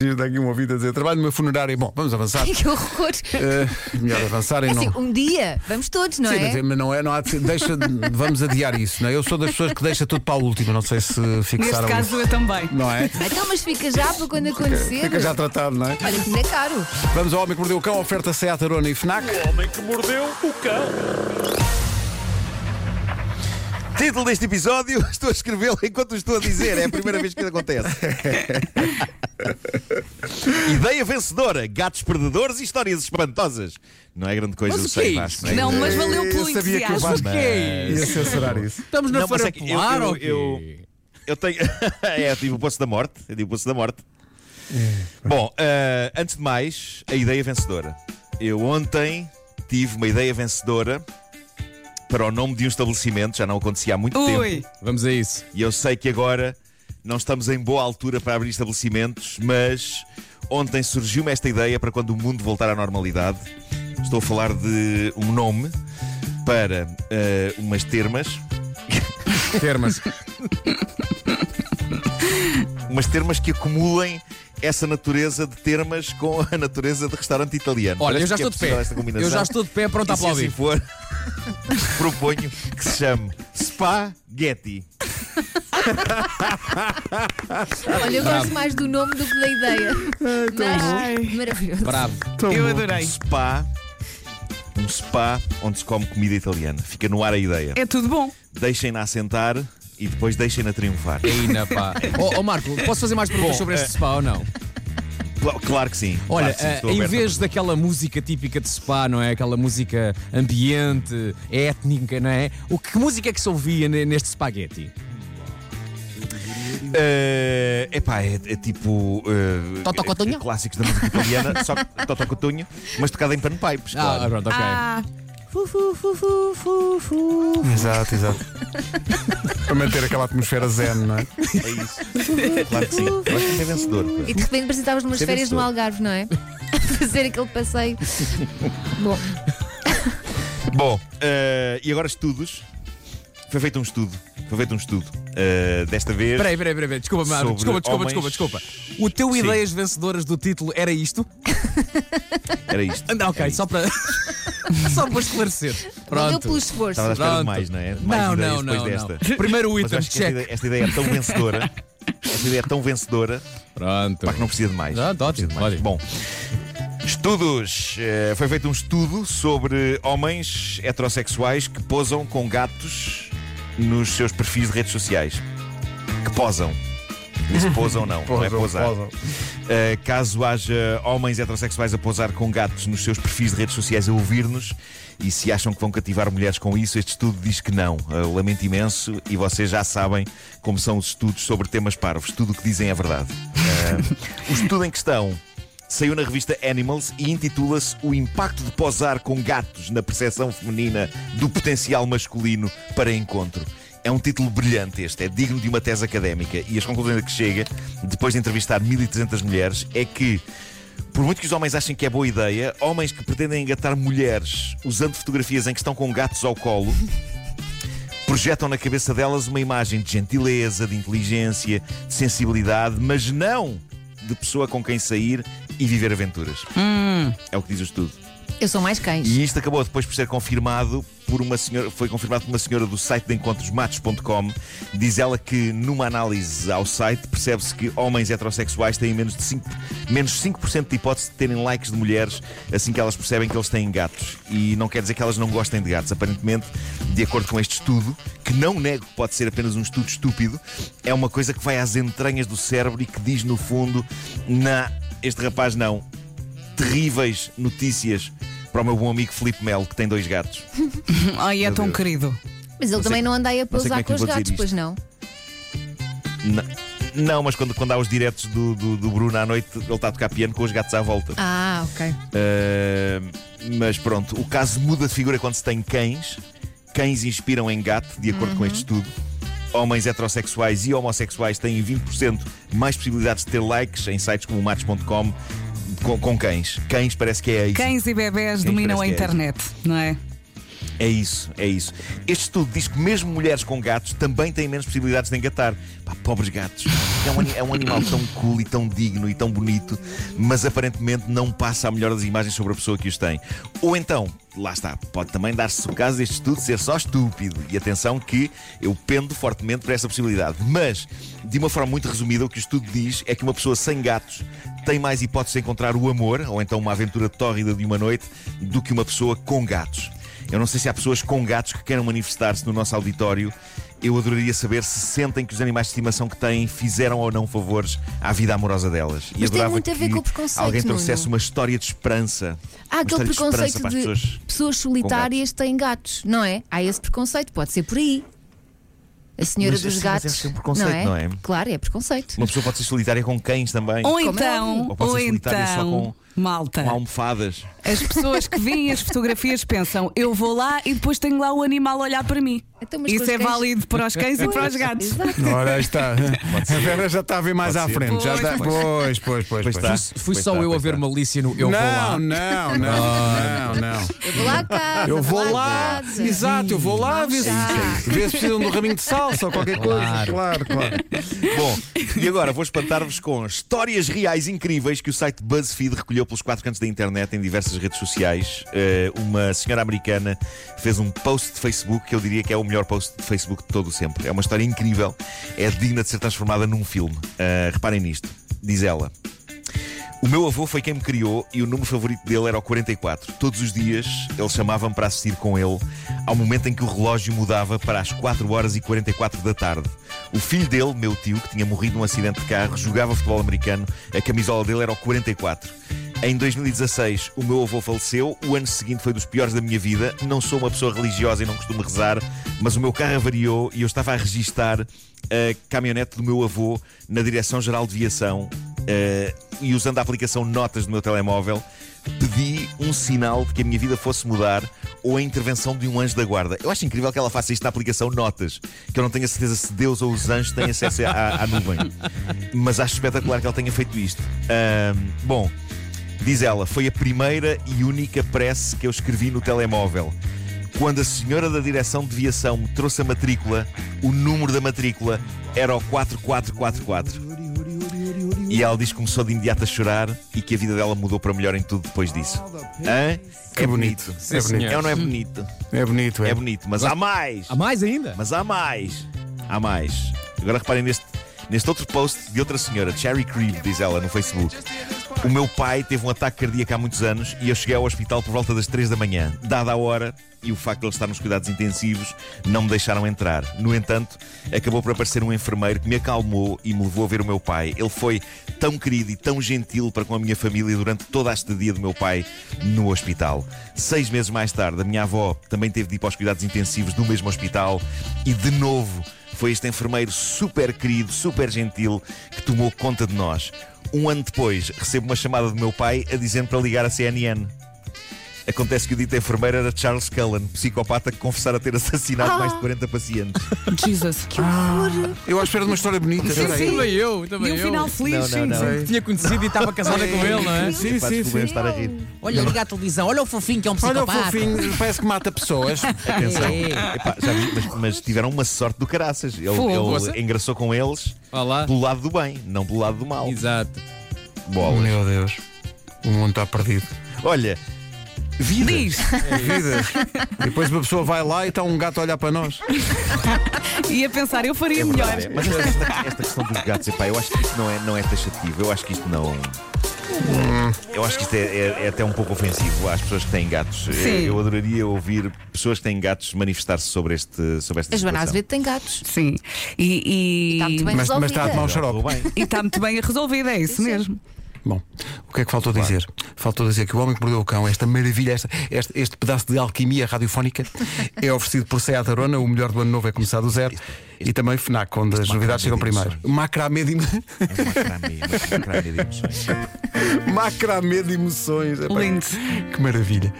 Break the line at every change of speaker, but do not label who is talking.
Está aqui um ouvido a dizer: trabalho numa funerária. Bom, vamos avançar.
Que horror!
Eh, melhor avançar em
É
não.
assim, um dia, vamos todos, não
Sim,
é?
mas- mas não é, não há, deixa, vamos adiar isso, não é? Eu sou das pessoas que deixa tudo para a última, não sei se fixaram
Neste caso,
isso.
eu também.
Não é?
Então, mas fica já para quando acontecer.
Fica já tratado, não é?
Olha, que ainda é caro.
Vamos ao Homem que Mordeu o Cão, oferta Seat Arona e Fnac.
homem que mordeu o cão.
Título deste episódio, estou a escrevê-lo enquanto o estou a dizer, é a primeira vez que isso acontece. Ideia vencedora, gatos perdedores e histórias espantosas. Não é grande coisa, eu sei, Vasco, é
Não,
grande
mas valeu
Eu
pelo
sabia que o
entusiasmo.
Vasco-
coisa.
Ia censurar isso.
Estamos na
Não, mas
Feira
é que eu-
Polar
eu-
ou quê?
eu- Eu tenho. é, eu tive o poço da morte. Eu tive o poço da morte. Bom, eh, antes de mais, a ideia vencedora. Eu ontem tive uma ideia vencedora para o nome de um estabelecimento, já não acontecia há muito
Ui,
tempo.
Vamos a isso.
E eu sei que agora não estamos em boa altura para abrir estabelecimentos, mas ontem surgiu-me esta ideia para quando o mundo voltar à normalidade. Estou a falar de um nome para eh, umas termas.
Termas.
umas termas que acumulem essa natureza de termas com a natureza de restaurante italiano.
Olha,
Parece
eu já
que
estou
é
de
possível
pé.
esta combinação.
Eu já estou de pé pronto a
E se assim for,
aplaudir.
proponho que se chame Spaghetti.
Olha, eu gosto mais do nome do que da ideia. Mas, maravilhoso.
Bravo.
eu adorei.
Spa. Um spa onde se come comida italiana. Fica no ar a ideia.
É tudo bom.
Deixem-na assentar e depois deixem-na triunfar.
Ainda pá. Ó oh, Marco, posso fazer mais perguntas sobre este spa ou não?
Cla- Claro eh, que sim.
Olha,
claro que sim, estou
eh, em
aberto a
vez
tudo.
daquela música típica de spa, não é? Aquela música ambiente, étnica, não é? O que que música é que se ouvia ne- neste espaguete?
Eh, epá, é, é tipo. eh,
Totó Cotonho?
eh, Clássicos da música italiana, só que Totó Cotonho, mas tocado em panpipes.
Ah,
claro.
pronto, ok.
Ah,
Exato, exato. Para manter aquela atmosfera zen, não é?
É isso. claro que sim. Eu acho que isso é vencedor. pá.
E de repente apresentavas umas
Isso é
férias no
vencedor.
Algarve, não é? Fazer aquele passeio. Bom,
Bom, eh, e agora estudos. Foi feito um estudo. Foi feito um estudo. Eh, desta vez.
Peraí, peraí, peraí, peraí. Desculpa, Marco.
Sobre
Desculpa, desculpa,
homens-
desculpa, desculpa. O teu
Sim.
ideias vencedoras do título era isto?
Era isto.
Ah, não, Ok,
Era isto.
só para. só para esclarecer.
valeu
Pronto.
pelo esforço.
Estava à espera
Pronto.
de mais, não é? Mais
Não,
ideias
não, não,
depois desta.
não. Primeiro o
Mas eu
item,
acho que esta ideia,
check.
esta ideia é tão vencedora. Esta ideia é tão vencedora
Pronto.
Pá, que não precisa de mais.
Ah, tá
Não precisa de
ótimo,
mais.
ótimo.
Bom, estudos. Eh, Foi feito um estudo sobre homens heterossexuais que posam com gatos nos seus perfis de redes sociais. Que posam. Disse posam não, não é posar. Uh, caso haja homens heterossexuais a posar com gatos nos seus perfis de redes sociais a ouvir-nos e se acham que vão cativar mulheres com isso, este estudo diz que não. Uh, lamento imenso e vocês já sabem como são os estudos sobre temas parvos. Tudo o que dizem é verdade. Uh, o estudo em questão saiu na revista Animals e intitula-se O impacto de posar com gatos na percepção feminina do potencial masculino para encontro. É um título brilhante este, é digno de uma tese académica e as conclusões a que chega, depois de entrevistar 1300 mulheres, é que por muito que os homens achem que é boa ideia, homens que pretendem engatar mulheres usando fotografias em que estão com gatos ao colo projetam na cabeça delas uma imagem de gentileza, de inteligência, de sensibilidade, mas não de pessoa com quem sair e viver aventuras. É o que diz o estudo.
Eu sou mais cães.
E isto acabou depois por ser confirmado por uma senhora, foi confirmado por uma senhora do site de encontrosmatos.com. Diz ela que numa análise ao site percebe-se que homens heterossexuais têm menos de 5%, menos 5% de hipótese de terem likes de mulheres assim que elas percebem que eles têm gatos. E não quer dizer que elas não gostem de gatos. Aparentemente, de acordo com este estudo, que não nego que pode ser apenas um estudo estúpido, é uma coisa que vai às entranhas do cérebro e que diz no fundo, na este rapaz não, terríveis notícias para o meu bom amigo Filipe Melo, que tem dois gatos.
ai, é tão querido.
Mas ele também
sei-
não anda aí a
sei como
pousar
é que
com
lhe
os
vou dizer
gatos,
isto.
pois não?
N- Não, mas quando, quando há os diretos do, do, do Bruno à noite, ele está a tocar piano com os gatos à volta.
Ah, ok.
Ahm, mas pronto, o caso muda de figura quando se tem cães. Cães inspiram em gato, de acordo com este estudo. Homens heterossexuais e homossexuais têm 20% mais possibilidades de ter likes em sites como o Matos.com com, com cães. Cães parece que é isso.
Cães e bebés
Quem
dominam a
parece que é
internet, não é?
É isso, é isso. Este estudo diz que mesmo mulheres com gatos também têm menos possibilidades de engatar. Pá, pobres gatos. É um, ani- é um animal tão cool e tão digno e tão bonito, mas aparentemente não passa a melhor das imagens sobre a pessoa que os tem. Ou então, lá está, pode também dar-se o caso deste estudo ser só estúpido. E atenção que eu pendo fortemente para essa possibilidade. Mas, de uma forma muito resumida, o que o estudo diz é que uma pessoa sem gatos tem mais hipótese de encontrar o amor, ou então uma aventura tórrida de uma noite, do que uma pessoa com gatos. Eu não sei se há pessoas com gatos que queiram manifestar-se no nosso auditório. Eu adoraria saber se sentem que os animais de estimação que têm fizeram ou não favores à vida amorosa delas.
Mas tem
adorava
muito a ver
que
com o preconceito,
Alguém trouxesse
Nuno.
uma história de esperança.
Há aquele
uma história de
preconceito
esperança para as
de
pessoas.
solitárias têm gatos, não é? Há esse preconceito, pode ser por aí. A senhora
Mas,
dos
sim, mas
gatos.
deve ser um preconceito,
não, é?
não é?
Claro, é preconceito.
Uma pessoa pode ser solitária com cães também.
Ou
Como
então,
não?
Ou pode
ou
ser solitária só
então, malta,
Com almofadas.
as pessoas que veem as fotografias pensam, eu vou lá e depois tenho lá o animal a olhar para mim.
Então, mas com os
Isso é
cães-
válido para os cães e para os gatos.
Exato.
Ora, aí está. A Vera já está a ver mais
Pode
à
ser.
frente. já
Pois,
está. Pois, pois, pois.
Pois está.
tá. Fui
Pois
só
está,
eu a
pois tá.
ver
está.
malícia no eu vou
Não,
lá.
não, não, não, não.
Eu vou lá é. a casa.
Eu vou
à
lá,
casa.
exato, eu vou lá ver se, ver se precisam de um raminho de salsa ou qualquer coisa. Claro, claro.
Bom, e agora vou espantar-vos com histórias reais incríveis que o site BuzzFeed recolheu pelos quatro cantos da internet em diversas redes sociais. Eh, uma senhora americana fez um post de Facebook que eu diria que é o melhor post de Facebook de todo o sempre. É uma história incrível, é digna de ser transformada num filme. Eh, reparem nisto, diz ela. O meu avô foi quem me criou e o número favorito dele era o 44. Todos os dias ele chamava-me para assistir com ele ao momento em que o relógio mudava para as 4 horas e 44 da tarde. O filho dele, meu tio, que tinha morrido num acidente de carro, jogava futebol americano, a camisola dele era o 44. Em 2016, o meu avô faleceu, o ano seguinte foi dos piores da minha vida. Não sou uma pessoa religiosa e não costumo rezar, mas o meu carro avariou e eu estava a registar a caminhonete do meu avô na Direção-Geral de Viação eh, e usando a aplicação Notas do meu telemóvel, pedi um sinal de que a minha vida fosse mudar ou a intervenção de um anjo da guarda. Eu acho incrível que ela faça isto na aplicação Notas, que eu não tenho a certeza se Deus ou os anjos têm acesso à, à nuvem. Mas acho espetacular que ela tenha feito isto. Ahm, bom, diz ela, foi a primeira e única prece que eu escrevi no telemóvel. Quando a senhora da direção de viação me trouxe a matrícula, o número da matrícula era o 4444. E ela diz que começou de imediato a chorar e que a vida dela mudou para melhor em tudo depois disso. Hã?
Que
é
bonito.
bonito.
É bonito.
É ou não é bonito?
É bonito, é.
É bonito, mas há mais!
Há mais ainda?
Mas há mais! Há mais. Agora reparem neste, neste outro post de outra senhora, Cherry Creed, diz ela no Facebook. O meu pai teve um ataque cardíaco há muitos anos e eu cheguei ao hospital por volta das 3 da manhã. Dada a hora e o facto de ele estar nos cuidados intensivos, não me deixaram entrar. No entanto, acabou por aparecer um enfermeiro que me acalmou e me levou a ver o meu pai. Ele foi tão querido e tão gentil para com a minha família durante toda a estadia do meu pai no hospital. Seis meses mais tarde, a minha avó também teve de ir para os cuidados intensivos do mesmo hospital e, de novo, foi este enfermeiro super querido, super gentil, que tomou conta de nós. Um ano depois, recebo uma chamada do meu pai a dizer para ligar a CNN. Acontece que o dito enfermeiro era Charles Cullen, psicopata que confessara ter assassinado
Ah!
mais de 40 pacientes.
Jesus.
Ah,
Eu à espera de uma história bonita.
Sim,
Espera aí.
sim.
Também eu,
E
também
um
eu.
final feliz,
Não, não,
sim,
não.
sim.
Tinha conhecido e estava casada com ele, não é?
Sim,
Pá,
sim,
desculpem
sim.
estar a rir.
Olha, liga a televisão, olha o fofinho que é um
Olha o
psicopata.
fofinho, parece que mata pessoas.
Atenção.
É.
Epá, já vi, mas, mas tiveram uma sorte do caraças. Ele,
Fogo.
ele
Você?
engraçou com eles
Olá.
pelo lado do bem, não pelo lado do mal.
Exato.
Bola.
Meu Deus, o mundo está perdido.
Olha, vida.
Diz,
Vidas. E depois uma pessoa vai lá e está um gato a olhar para nós.
e a pensar, eu faria
É
melhor.
verdade, é. Mas esta, esta- esta questão dos gatos, epá, eu acho que isto não é, não é taxativo. Eu acho que isto não. Eu acho que isto é, é- é até um pouco ofensivo às pessoas que têm gatos. Eu, eu adoraria ouvir pessoas que têm gatos manifestar-se sobre, este, sobre esta
A Joana
situação.
Azevedo tem gatos.
Sim. E
Está muito bem
Mas, mas
resolvida.
está a tomar um
Tudo
xarope.
bem.
E está muito bem resolvida, é isso mesmo.
Bom, o que é que faltou dizer? Faltou dizer que o Homem que Mordeu o Cão, esta maravilha, esta- este, este pedaço de alquimia radiofónica, é oferecido por Seat Arona, o melhor do ano novo é começar do zero, e também FNAC, onde as novidades chegam
macramê de
primeiro. Macramé de,
Mas macramê, mas macramê de emoções.
macramé de emoções. Epá,
Lindo.
Que maravilha.